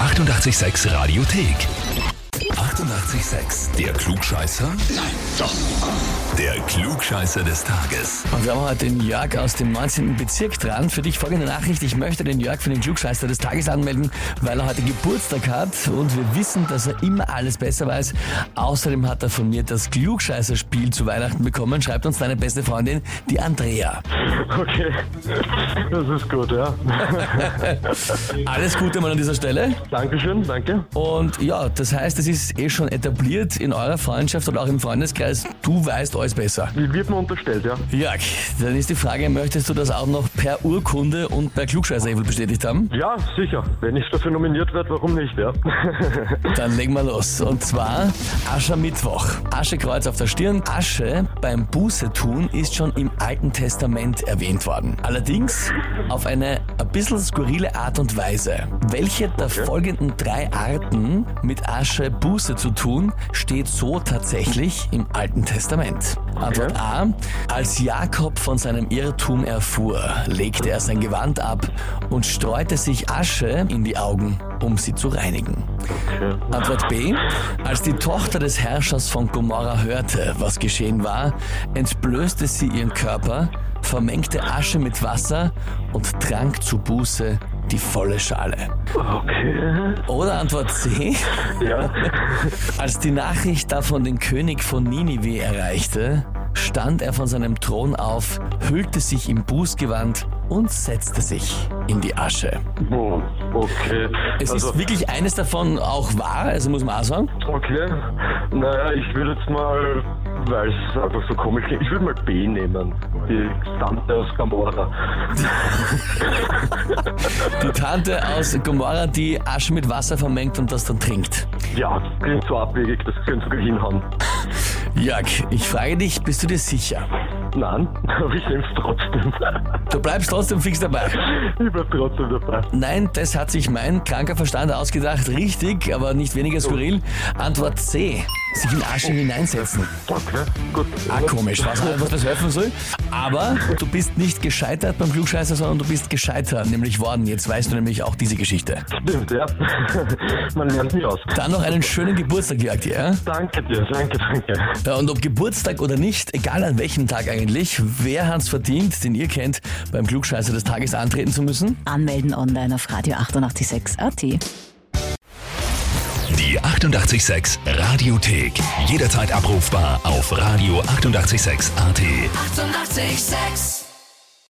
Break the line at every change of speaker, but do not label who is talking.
886 Radiothek. 88,6. Der Klugscheißer? Nein, doch. Der Klugscheißer des Tages.
Und wir haben heute den Jörg aus dem 19. Bezirk dran. Für dich folgende Nachricht. Ich möchte den Jörg für den Klugscheißer des Tages anmelden, weil er heute Geburtstag hat und wir wissen, dass er immer alles besser weiß. Außerdem hat er von mir das Klugscheißerspiel zu Weihnachten bekommen, schreibt uns deine beste Freundin, die Andrea.
Okay, das ist gut, ja.
Alles Gute mal an dieser Stelle.
Dankeschön, danke.
Und ja, das heißt, es ist eh schon etabliert in eurer Freundschaft und auch im Freundeskreis. Du weißt alles besser.
Wie wird man unterstellt, ja?
Jörg, dann ist die Frage, möchtest du das auch noch per Urkunde und per Klugscheißer-Evel bestätigt haben?
Ja, sicher. Wenn ich dafür nominiert werde, warum nicht, ja?
Dann legen wir los. Und zwar Aschermittwoch. Aschekreuz auf der Stirn. Asche beim Buße tun ist schon im Alten Testament erwähnt worden. Allerdings auf eine ein bisschen skurrile Art und Weise. Welche der folgenden drei Arten mit Asche Buße zu tun steht so tatsächlich im Alten Testament? Antwort A. Als Jakob von seinem Irrtum erfuhr, legte er sein Gewand ab und streute sich Asche in die Augen, um sie zu reinigen.
Okay.
Antwort B. Als die Tochter des Herrschers von Gomorra hörte, was geschehen war, entblößte sie ihren Körper, vermengte Asche mit Wasser und trank zu Buße die volle Schale.
Okay.
Oder Antwort C.
Ja.
Als die Nachricht davon den König von Ninive erreichte, stand er von seinem Thron auf, hüllte sich im Bußgewand und setzte sich in die Asche.
Boah, Hm, okay.
Es
Also
ist wirklich eines davon auch wahr, also muss man auch sagen.
okay. Naja, ich würde jetzt mal, weil es einfach so komisch klingt, ich würde mal B nehmen. Die Tante aus Gamora.
Die Tante aus Gomorra, die Asche mit Wasser vermengt und das dann trinkt.
Ja, das klingt so abwegig, das könnte sogar hinhauen.
Jörg, ich frage dich, bist du dir sicher?
Nein, aber ich nehme es trotzdem.
Du bleibst trotzdem fix dabei.
Ich bleib trotzdem dabei.
Nein, das hat sich mein kranker Verstand ausgedacht. Richtig, aber nicht weniger skurril. Antwort C. Sich in Asche hineinsetzen.
Okay, gut.
Ah, komisch. Was, was das helfen soll? Aber du bist nicht gescheitert beim Klugscheißer, sondern du bist gescheitert, nämlich worden. Jetzt weißt du nämlich auch diese Geschichte.
Stimmt, ja. Man lernt nie aus.
Dann noch einen schönen Geburtstag, Jörg, dir. ja?
Danke dir, danke, danke.
Ja, und ob Geburtstag oder nicht, egal an welchem Tag eigentlich, wer hat's verdient, den ihr kennt, beim Klugscheißer des Tages antreten zu müssen?
Anmelden online auf Radio 886 AT.
Die 88,6 Radiothek. Jederzeit abrufbar auf radio886.at. 88,6.
Eighty-eight, sex.